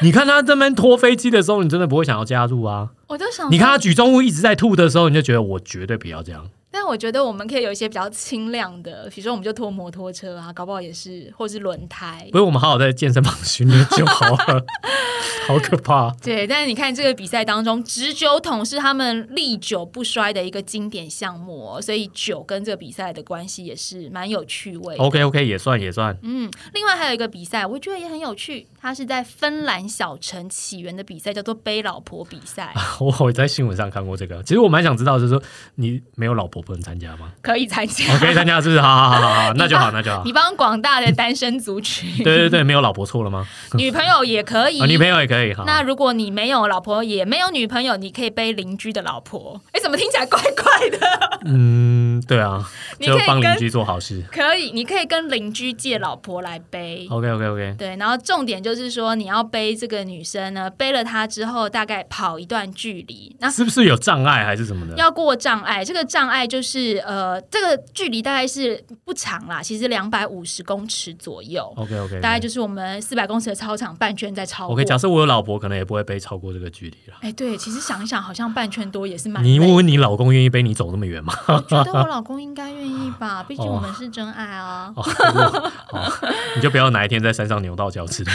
Speaker 2: 你看他这边拖飞机的时候，你真的不会想要加入啊！
Speaker 1: 我就想，
Speaker 2: 你看他，举重物一直在吐的时候，你就觉得我绝对不要这样。
Speaker 1: 但我觉得我们可以有一些比较轻量的，比如说我们就拖摩托车啊，搞不好也是，或是轮胎
Speaker 2: 不。是我们好好在健身房训练就好 了，好可怕！
Speaker 1: 对，但是你看这个比赛当中，直酒桶是他们历久不衰的一个经典项目、哦，所以酒跟这个比赛的关系也是蛮有趣味的。
Speaker 2: OK OK，也算也算，
Speaker 1: 嗯，另外还有一个比赛，我觉得也很有趣，它是在芬兰小城起源的比赛，叫做背老婆比赛，
Speaker 2: 我我在新闻上看过这个。其实我蛮想知道，就是说你没有老婆不能参加吗？哦
Speaker 1: 可以参加。
Speaker 2: 我可以参加，是不是？好好好好 好，那就好，那就好。
Speaker 1: 你帮广大的单身族群，
Speaker 2: 对对对，没有老婆错了吗？
Speaker 1: 女朋友也可以。
Speaker 2: 啊，女朋友也可以。好，
Speaker 1: 那如果你没有老婆，也没有女朋友，你可以背邻居的老婆。哎，怎么听起来怪怪的？
Speaker 2: 嗯，对啊，
Speaker 1: 你可
Speaker 2: 就
Speaker 1: 以
Speaker 2: 帮邻
Speaker 1: 跟
Speaker 2: 居做好事。
Speaker 1: 可以，你可以跟邻居借老婆来背。
Speaker 2: OK OK OK，
Speaker 1: 对，然后重点就是说，你要背这个女生呢，背了她之后，大概跑一段距离，那
Speaker 2: 是不是有障碍还是什么的？
Speaker 1: 要过障碍。这个障碍就是呃，这个距离大概是不长啦，其实两百五十公尺左右，
Speaker 2: OK OK，
Speaker 1: 大概就是我们四百公尺的操场半圈再超过。
Speaker 2: OK。假设我有老婆，可能也不会背超过这个距离了。
Speaker 1: 哎，对，其实想一想，好像半圈多也是蛮累
Speaker 2: 你
Speaker 1: 的。
Speaker 2: 问问你老公愿意背你走那么远吗？
Speaker 1: 我觉得我老公应该愿意吧， 毕竟
Speaker 2: 哦
Speaker 1: 我们是真爱啊。
Speaker 2: 哦， 哦你就不要哪一天在山上扭到 脚趾头。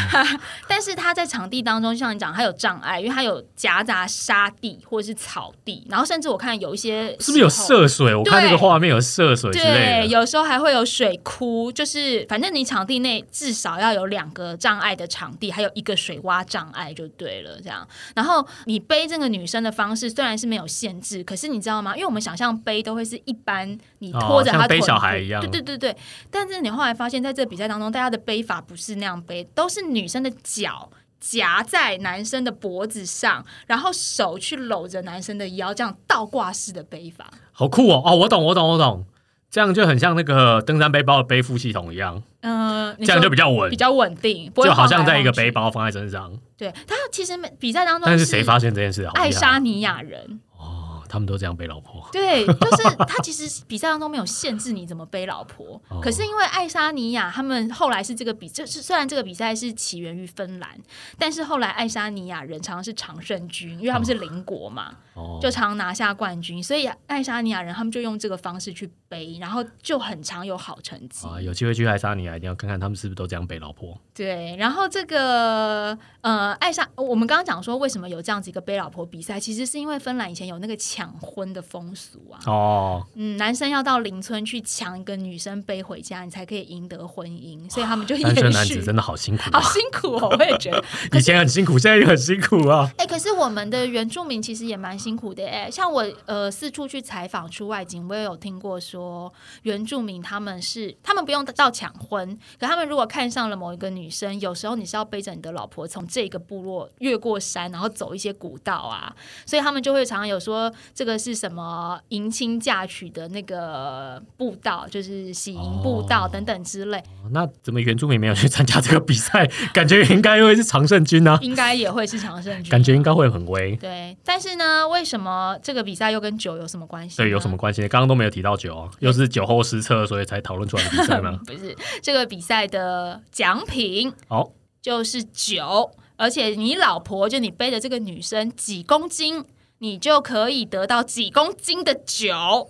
Speaker 1: 但是他在场地当中，像你讲，他有障碍，因为他有夹杂沙地或者是草地，然后甚至我看有一些
Speaker 2: 是不是有
Speaker 1: 时候
Speaker 2: 涉水？我看那个画面有涉水之
Speaker 1: 对，
Speaker 2: 类的。哦
Speaker 1: 有时候还会有水窟，就是反正你场地内至少要有两个障碍的场地，还有一个水洼障碍就对了。这样，然后你背这个女生的方式虽然是没有限制，可是你知道吗？因为我们想象背都会是一般你拖着
Speaker 2: 哦像
Speaker 1: 她、
Speaker 2: 背小孩一样
Speaker 1: 对对对对。但是你后来发现，在这比赛当中，大家的背法不是那样背，都是女生的脚。夹在男生的脖子上，然后手去搂着男生的腰，这样倒挂式的背法。
Speaker 2: 好酷哦！哦，我懂，我懂，我懂。这样就很像那个登山背包的背负系统一样，
Speaker 1: 嗯、你
Speaker 2: 这样
Speaker 1: 说
Speaker 2: 就比较稳
Speaker 1: 比，较稳定，不会
Speaker 2: 就好像
Speaker 1: 晃来
Speaker 2: 在一个
Speaker 1: 晃去
Speaker 2: 背。包放在身上。
Speaker 1: 对他其实每比赛当中，
Speaker 2: 但是谁发现这件事？好厉害
Speaker 1: 爱沙尼亚人？
Speaker 2: 哦，他们都这样背老婆。
Speaker 1: 对，就是他其实比赛当中没有限制你怎么背老婆，
Speaker 2: 哦
Speaker 1: 可是因为爱沙尼亚他们后来是这个比，就是虽然这个比赛是起源于芬兰，但是后来爱沙尼亚人常常是常胜军，因为他们是邻国嘛，
Speaker 2: 哦，
Speaker 1: 就常拿下冠军，所以爱沙尼亚人他们就用这个方式去背，然后就很常有好成绩。
Speaker 2: 啊，有机会去爱沙尼亚，一定要看看他们是不是都这样背老婆。
Speaker 1: 对，然后这个呃，爱上我们刚刚讲说为什么有这样子一个背老婆比赛，其实是因为芬兰以前有那个抢婚的风俗啊，
Speaker 2: 哦，
Speaker 1: 嗯，男生要到邻村去抢一个女生背回家，你才可以赢得婚姻，所以他们就
Speaker 2: 单身
Speaker 1: 延
Speaker 2: 男子
Speaker 1: 续。
Speaker 2: 真的好辛苦、
Speaker 1: 好
Speaker 2: 啊，
Speaker 1: 辛苦哦，我也觉得。
Speaker 2: 以前很辛苦，现在也很辛苦啊。
Speaker 1: 哎、可是我们的原住民其实也蛮辛苦的哎、像我呃四处去采访出外景，我也有听过说原住民他们是他们不用到抢婚，可他们如果看上了某一个女生，有时候你是要背着你的老婆从这个部落越过山，然后走一些古道啊，所以他们就会常常有说这个是什么迎亲嫁娶的那个步道，就是喜迎步道
Speaker 2: 哦
Speaker 1: 等等之类，
Speaker 2: 哦那怎么原住民没有去参加这个比赛？ 感觉应该会是常胜军啊，
Speaker 1: 应该也会是常胜军。
Speaker 2: 感觉应该会很威。
Speaker 1: 对，但是呢，为什么这个比赛又跟酒有什么关系？？
Speaker 2: 对，有什么？关系？刚刚都没有提到酒啊，又是酒后失策，所以才讨论出来的比赛吗
Speaker 1: 不是这个比赛的奖品
Speaker 2: 好，
Speaker 1: 就是酒，而且你老婆就你背的这个女生几公斤，你就可以得到几公斤的酒。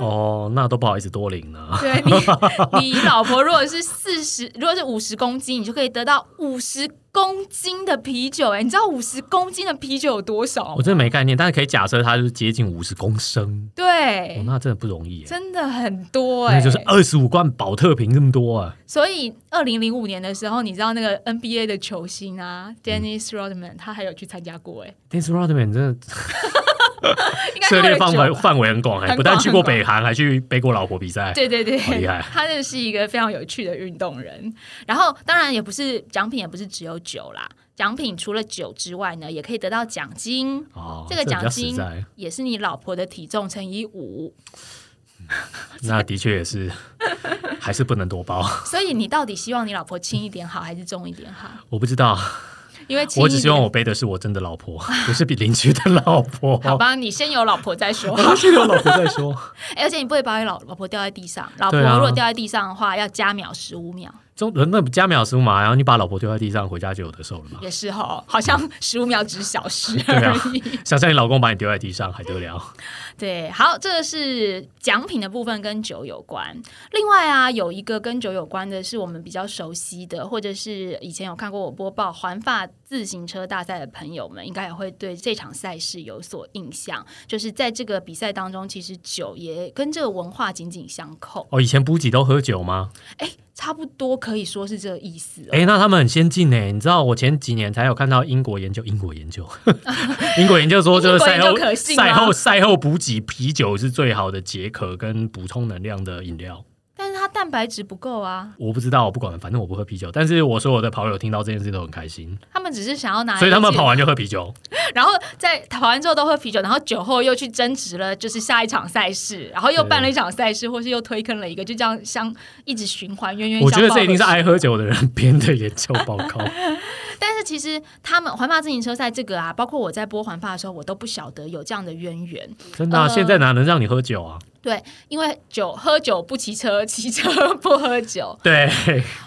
Speaker 2: 哦，那都不好意思多领 了。
Speaker 1: 对你，你老婆如果是四十，如果是五十公斤，你就可以得到五十公斤的啤酒、哎，你知道五十公斤的啤酒有多少
Speaker 2: 我？真的没概念，但是可以假设它就是接近五十公升，哦，
Speaker 1: 对，
Speaker 2: 那真的不容易耶，
Speaker 1: 真的很多哎、
Speaker 2: 那就是啊二十五罐保特瓶这么多啊。
Speaker 1: 所以，二零零五年的时候，你知道那个 NBA 的球星啊，Dennis Rodman，他还有去参加过哎、
Speaker 2: Dennis Rodman 真的
Speaker 1: 应该喝
Speaker 2: 涉猎
Speaker 1: 了
Speaker 2: 范
Speaker 1: 酒
Speaker 2: 围
Speaker 1: 吧
Speaker 2: 范围很广，
Speaker 1: 很
Speaker 2: 还
Speaker 1: 广
Speaker 2: 不但去过北韩，还去背过老婆比赛。
Speaker 1: 对对对
Speaker 2: 好厉害，
Speaker 1: 他真的是一个非常有趣的运动人。然后，当然也不是奖品，也不是只有酒啦。奖品除了酒之外呢，也可以得到奖金，
Speaker 2: 哦，
Speaker 1: 这个
Speaker 2: 比较
Speaker 1: 奖
Speaker 2: 实
Speaker 1: 金
Speaker 2: 在，
Speaker 1: 也是你老婆的体重乘以五。
Speaker 2: 那的确也是，还是不能多包。
Speaker 1: 所以，你到底希望你老婆轻一点好，还是重一点好？
Speaker 2: 我不知道，
Speaker 1: 因为轻
Speaker 2: 我
Speaker 1: 一
Speaker 2: 只
Speaker 1: 点，
Speaker 2: 希望我背的是我真的 老婆，不是比邻居的老婆。
Speaker 1: 好吧，你先有老婆再 说。
Speaker 2: 我都是有老婆再说。
Speaker 1: 哎而且你不会把你老老婆掉在地上，老婆
Speaker 2: 对啊
Speaker 1: 如果掉在地上的话，要加秒十五秒，
Speaker 2: 中那不加秒十五码，然后你把老婆丢在地上，回家就有的受了嘛。
Speaker 1: 也是哦，好像十五秒只是小时
Speaker 2: 对啊
Speaker 1: 而已。
Speaker 2: 想象你老公把你丢在地上还得了？
Speaker 1: 对，好，这个是奖品的部分跟酒有关。另外啊，有一个跟酒有关的是我们比较熟悉的，或者是以前有看过我播报环法自行车大赛的朋友们，应该也会对这场赛事有所印象。就是在这个比赛当中，其实酒也跟这个文化紧紧相扣，
Speaker 2: 哦，以前补给都喝酒吗？
Speaker 1: 差不多可以说是这个意思哦、
Speaker 2: 哎、那他们很先进哎，你知道我前几年才有看到英国研究，英国研究， 英国研究说就是赛
Speaker 1: 英国
Speaker 2: 后
Speaker 1: 研究可信吗
Speaker 2: 赛后赛后补给啤酒是最好的解渴跟补充能量的饮料。
Speaker 1: 但是它蛋白质不够啊，
Speaker 2: 我不知道，我不管，反正我不喝啤酒。但是我所有的跑友听到这件事都很开心，
Speaker 1: 他们只是想要拿，
Speaker 2: 所以他们跑，完就喝啤酒。
Speaker 1: 然后在跑完之后都喝啤酒，然后酒后又去争执了，就是下一场赛事，然后又办了一场赛事，或是又推坑了一个，就这样相一直循环冤冤相
Speaker 2: 我
Speaker 1: 报
Speaker 2: 觉得这一定是爱喝酒的人编的研究报 告。
Speaker 1: 但是其实他们环法自行车赛这个啊，包括我在播环法的时候，我都不晓得有这样的渊源。
Speaker 2: 真的啊、
Speaker 1: 呃
Speaker 2: 现在哪能让你喝酒啊？
Speaker 1: 对，因为酒喝酒不骑车，骑车 不喝酒。
Speaker 2: 对，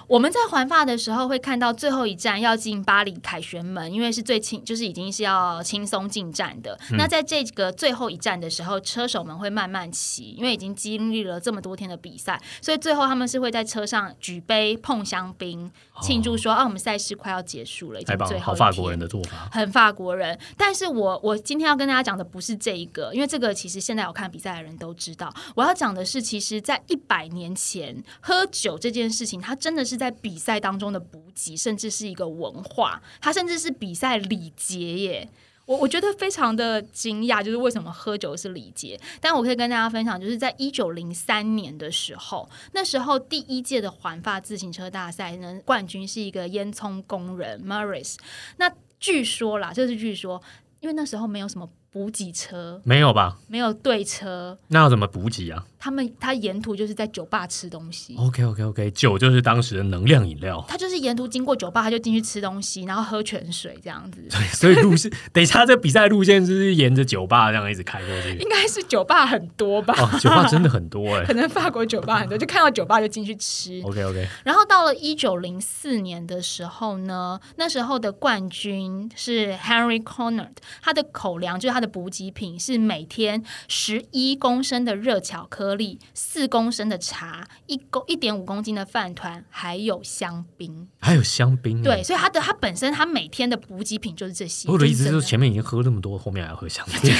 Speaker 1: 我们在环法的时候会看到最后一站要进巴黎凯旋门，因为是最轻，就是已经是要轻松进站的。
Speaker 2: 嗯
Speaker 1: 那在这个最后一站的时候，车手们会慢慢骑，因为已经经历了这么多天的比赛，所以最后他们是会在车上举杯碰香槟，庆祝说：“啊，我们赛事快要结束了，已
Speaker 2: 哦太
Speaker 1: 经
Speaker 2: 棒
Speaker 1: 最
Speaker 2: 了，
Speaker 1: 后
Speaker 2: 好
Speaker 1: 一
Speaker 2: 法
Speaker 1: 天
Speaker 2: 国人的做法。
Speaker 1: 很法国人，但是我我今天要跟大家讲的不是这一个，因为这个其实现在有看比赛的人都知道。我要讲的是，其实，在一百年前，喝酒这件事情，它真的是在比赛当中的补给，甚至是一个文化，它甚至是比赛礼节耶。我我觉得非常的惊讶，就是为什么喝酒是礼节。但我可以跟大家分享，就是在一九零三年的时候，那时候第一届的环法自行车大赛呢，冠军是一个烟囱工人 Morris。那据说啦，这是据说，因为那时候没有什么。补给车，
Speaker 2: 没有吧？
Speaker 1: 没有对车，
Speaker 2: 那要怎么补给啊
Speaker 1: 他们他沿途就是在酒吧吃东西。
Speaker 2: ？OK OK OK，酒就是当时的能量饮料，
Speaker 1: 他就是沿途经过酒吧，他就进去吃东西，然后喝泉水这样子，
Speaker 2: 所以路线，等一下这比赛路线就是沿着酒吧这样一直开过去
Speaker 1: 应。该是酒吧很多吧？
Speaker 2: 哦，酒吧真的很多哎、
Speaker 1: 可能法国酒吧很多，就看到酒吧就进去吃。
Speaker 2: OK OK，
Speaker 1: 然后到了一九零四年的时候呢，那时候的冠军是 Henry Conard，他的口粮就是他的补给品是每天十一公升的热巧克力、四公升的茶、一公一点五公斤的饭团，还有香槟。
Speaker 2: 还有香槟、欸。
Speaker 1: 对，，所以他的他本身他每天的补给品就是这些。
Speaker 2: 我的意思就是前面已经喝那么多，后面还要喝香槟。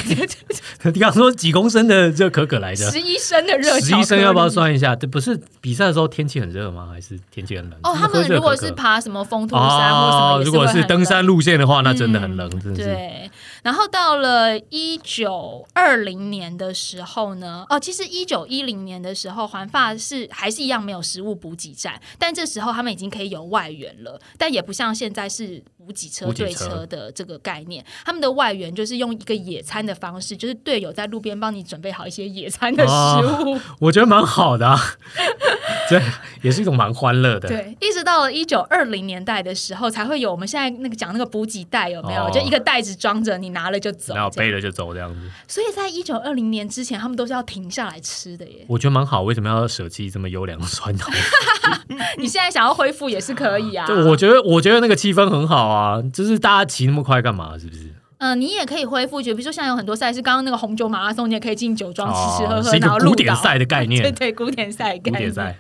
Speaker 2: 你刚刚说几公升的热可可来着？
Speaker 1: 十一升的热巧克力，
Speaker 2: 十一升要不要算一下？这不是比赛的时候天气很热吗？还是天气很冷？
Speaker 1: 哦，他
Speaker 2: 喝
Speaker 1: 们
Speaker 2: 热可可
Speaker 1: 如果是爬什么风兔山啊或什么
Speaker 2: 哦
Speaker 1: 也，
Speaker 2: 如果
Speaker 1: 会很
Speaker 2: 是登山
Speaker 1: 冷嗯
Speaker 2: 路线的话，那真的很冷，真的是。
Speaker 1: 对，然后到了一九二零年的时候呢，哦，其实一九一零年的时候，环法是还是一样没有食物补给站，但这时候他们已经可以有外援了，但也不像现在是补给车
Speaker 2: 补给
Speaker 1: 对
Speaker 2: 车
Speaker 1: 车的这个概念，他们的外援就是用一个野餐的方式，就是队友在路边帮你准备好一些野餐的食物，
Speaker 2: 我觉得蛮好的、啊， 这也是一种蛮欢乐的。
Speaker 1: 对，一直到了一九二零年代的时候，才会有我们现在那个讲那个补给袋有没有？
Speaker 2: 哦
Speaker 1: 就一个袋子装着，你拿了就走。
Speaker 2: 然后
Speaker 1: 这样
Speaker 2: 背了就走这样子，
Speaker 1: 所以在一九二零年之前，他们都是要停下来吃的耶。
Speaker 2: 我觉得蛮好。为什么要舍弃这么优良的传 统？
Speaker 1: 你现在想要恢复也是可以啊。
Speaker 2: 对，嗯我觉得我觉得那个气氛很好啊，就是大家骑那么快干嘛？是不是？
Speaker 1: 嗯、你也可以恢复，就比如说现在有很多赛事，刚刚那个红酒马拉松，你也可以进酒庄吃啊吃喝
Speaker 2: 哦
Speaker 1: 喝，
Speaker 2: 是一
Speaker 1: 然后
Speaker 2: 个
Speaker 1: 路
Speaker 2: 古典
Speaker 1: 岛
Speaker 2: 赛的概
Speaker 1: 对
Speaker 2: 念，
Speaker 1: 对，古典赛概
Speaker 2: 古
Speaker 1: 念，
Speaker 2: 典赛。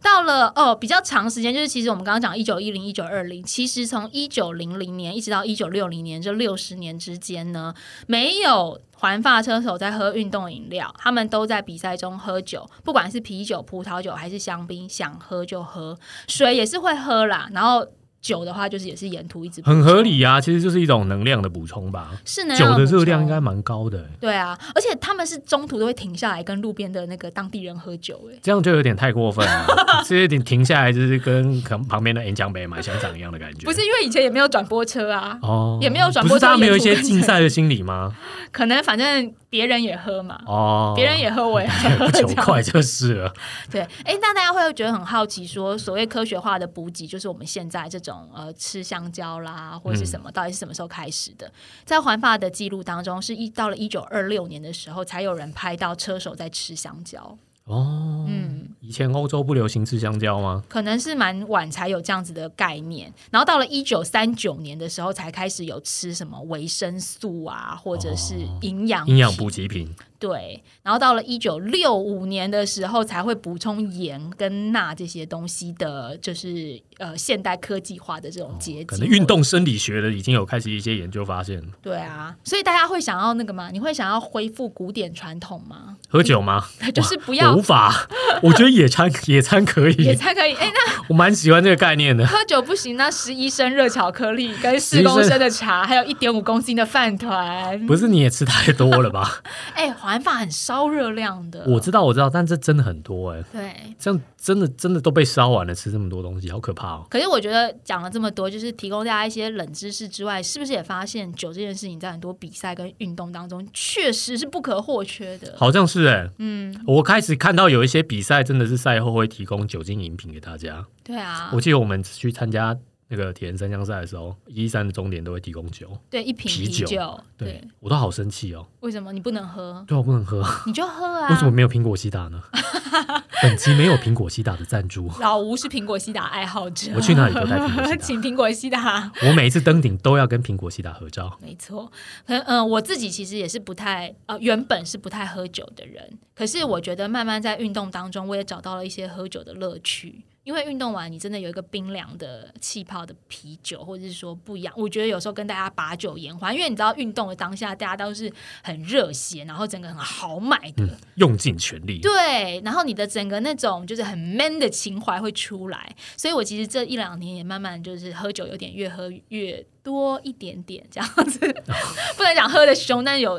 Speaker 1: 到了哦，比较长时间，就是其实我们刚刚讲一九一零、一九二零，其实从一九零零年一直到一九六零年这六十年之间呢，没有环发车手在喝运动饮料，他们都在比赛中喝酒，不管是啤酒、葡萄酒还是香槟，想喝就喝，水也是会喝啦，然后酒的话就是也是沿途一直
Speaker 2: 很合理啊，其实就是一种能量的补充吧。
Speaker 1: 是能
Speaker 2: 酒
Speaker 1: 量
Speaker 2: 的
Speaker 1: 补
Speaker 2: 热量应
Speaker 1: 充
Speaker 2: 该蛮高的，
Speaker 1: 对啊，而且他们是中途都会停下来跟路边的那个当地人喝酒、欸，
Speaker 2: 这样就有点太过 分了。这有点停下来，就是跟可能旁边的演讲北买香肠一样的感觉。
Speaker 1: 不是因为以前也没有转播车啊，
Speaker 2: 哦，
Speaker 1: 也没有转播
Speaker 2: 不是大家没有一
Speaker 1: 这
Speaker 2: 些
Speaker 1: 个
Speaker 2: 竞赛的心理吗？
Speaker 1: 可能反正别人也喝嘛，
Speaker 2: 哦，
Speaker 1: 别 人也喝，我也喝，
Speaker 2: 不
Speaker 1: 这
Speaker 2: 求
Speaker 1: 样
Speaker 2: 快就是了。
Speaker 1: 对，哎，那大家会觉得很好奇说，所谓科学化的补给，就是我们现在这种呃吃香蕉啦，或者是什么，到底是什么时候开始的？在环法的记录当中，是一到了一九二六年的时候，才有人拍到车手在吃香蕉。
Speaker 2: 哦，
Speaker 1: 嗯，
Speaker 2: 以前欧洲不流行吃香蕉吗？
Speaker 1: 可能是蛮晚才有这样子的概念，然后到了一九三九年的时候，才开始有吃什么维生素啊，或者是
Speaker 2: 哦
Speaker 1: 营养
Speaker 2: 营养
Speaker 1: 品
Speaker 2: 补给品
Speaker 1: 对，然后到了一九六五年的时候，才会补充盐跟钠这些东西的，就是呃现代科技化的这种结晶。
Speaker 2: 哦可能运动生理学的已经有开始一些研究发现，
Speaker 1: 对啊，所以大家会想要那个吗？你会想要恢复古典传统吗？
Speaker 2: 喝酒吗？
Speaker 1: 就是嗯不
Speaker 2: 我
Speaker 1: 要
Speaker 2: 无法，我觉得野餐野餐可
Speaker 1: 也
Speaker 2: 以，
Speaker 1: 才可以。哎，那
Speaker 2: 我蛮喜欢这个概念的。
Speaker 1: 喝酒不行，那十一升热巧克力跟四
Speaker 2: 11
Speaker 1: 公
Speaker 2: 升
Speaker 1: 升的茶，还有一点五公斤的饭团。
Speaker 2: 不是你也吃太多了吧？
Speaker 1: 哎，环法很烧热量的。
Speaker 2: 我知道，我知道，但这真的很多哎、
Speaker 1: 对。
Speaker 2: 这样真的真的都被烧完了，吃这么多东西，好可怕哦！
Speaker 1: 可是我觉得讲了这么多，就是提供大家一些冷知识之外，是不是也发现酒这件事情在很多比赛跟运动当中确实是不可或缺的？
Speaker 2: 好像是哎、
Speaker 1: 嗯，
Speaker 2: 我开始看到有一些比赛真的是赛后会提供酒精饮品给大家。
Speaker 1: 对啊
Speaker 2: 我，记得我们去参加那个铁人三项赛的时候，一三的终点都会提供酒，
Speaker 1: 对一瓶
Speaker 2: 啤
Speaker 1: 啤
Speaker 2: 酒对
Speaker 1: 对，
Speaker 2: 我都好生气哦，
Speaker 1: 为什么你不能喝？啊
Speaker 2: 对我不能喝，
Speaker 1: 你就喝
Speaker 2: 为什么
Speaker 1: 啊！
Speaker 2: 没有苹果西打呢？ 本集没有苹果西打的赞 助，
Speaker 1: 老吴是苹果西打爱好者，
Speaker 2: 我去哪里都带苹果西 打
Speaker 1: 请苹果西打。
Speaker 2: 我每一次登顶都要跟苹果西打合照。
Speaker 1: 没错，可嗯、我自己其实也是不太呃，原本是不太喝酒的人，可是我觉得慢慢在运动当中，我也找到了一些喝酒的乐趣。因为运动完，你真的有一个冰凉的气泡的啤酒，或者是说不一样。我觉得有时候跟大家把酒言欢，因为你知道运动的当下，大家都是很热血，然后整个很豪迈的，
Speaker 2: 嗯，用尽全力。
Speaker 1: 对，然后你的整个那种就是很 man 的情怀会出来，所以我其实这一两年也慢慢就是喝酒有点越喝越多一点点这样子， 不能讲喝的凶，但有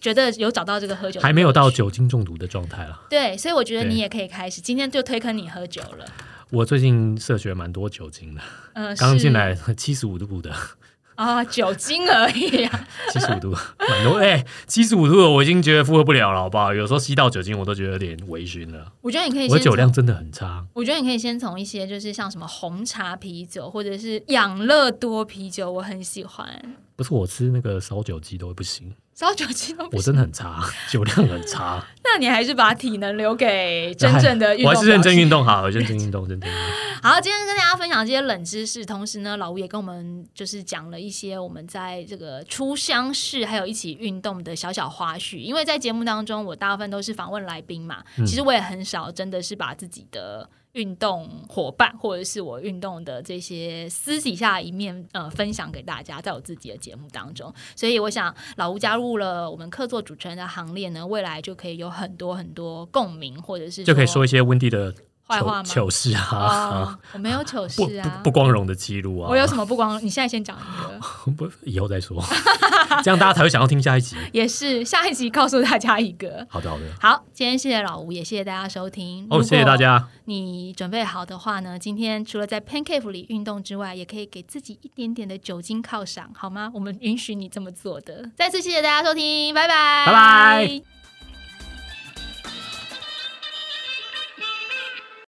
Speaker 1: 觉得有找到这个喝酒的
Speaker 2: 还没有
Speaker 1: 乐
Speaker 2: 到
Speaker 1: 趣。
Speaker 2: 酒精中毒的状态啦。
Speaker 1: 对，所以我觉得
Speaker 2: 对
Speaker 1: 你也可以开始，今天就推坑你喝酒了。
Speaker 2: 我最近摄取了蛮多酒精的，
Speaker 1: 嗯、
Speaker 2: 刚
Speaker 1: 是
Speaker 2: 进来七十五度的，
Speaker 5: 啊，酒精而已啊。
Speaker 2: 七十五度，蛮多哎，七十五度了我已经觉得负荷不了了，好不好？有时候吸到酒精，我都觉得有点微醺了。
Speaker 1: 我觉得你可以先
Speaker 2: 我的酒
Speaker 1: 从，
Speaker 2: 量真的很差，
Speaker 1: 我觉得你可以先从一些就是像什么红茶啤酒或者是养乐多啤酒，我很喜欢。
Speaker 2: 不是我吃那个烧酒鸡都不行，
Speaker 1: 烧酒精都不
Speaker 2: 我
Speaker 1: 行，
Speaker 2: 真的很差，酒量很差。
Speaker 5: 那你还是把体能留给真正的运
Speaker 2: 我
Speaker 5: 动。
Speaker 2: 还是认真运。动好，认真运动，认真运动。
Speaker 1: 好，今天跟大家分享这些冷知识，同时呢，老吴也跟我们就是讲了一些我们在这个出乡市还有一起运动的小小花絮。因为在节目当中，我大部分都是访问来宾嘛，
Speaker 2: 嗯
Speaker 1: 其实我也很少真的是把自己的。运动伙伴，或者是我运动的这些私底下一面，呃，分享给大家，在我自己的节目当中。所以我想，老吴加入了我们客座主持人的行列呢，未来就可以有很多很多共鸣，或者是
Speaker 2: 就可以说一些温蒂的
Speaker 1: 坏话吗
Speaker 2: 糗糗事啊，啊
Speaker 1: 哦，我没有糗
Speaker 2: 不
Speaker 1: 事
Speaker 2: 不
Speaker 1: 啊，
Speaker 2: 不光荣的记录啊。
Speaker 5: 我有什么不光？你现在先讲一个，
Speaker 2: 不以后再说， 这样大家才会想要听下一集。
Speaker 5: 也是下一集告诉大家一个。
Speaker 2: 好的，好的。
Speaker 1: 好，今天谢谢老吴，也谢谢大家收听。
Speaker 2: 哦，谢谢大。家，
Speaker 1: 你准备好的话呢，今天除了在 Pancake 里运动之外，也可以给自己一点点的酒精犒赏，好吗？我们允许你这么做的。再次谢谢大家收听，拜拜，
Speaker 2: 拜拜。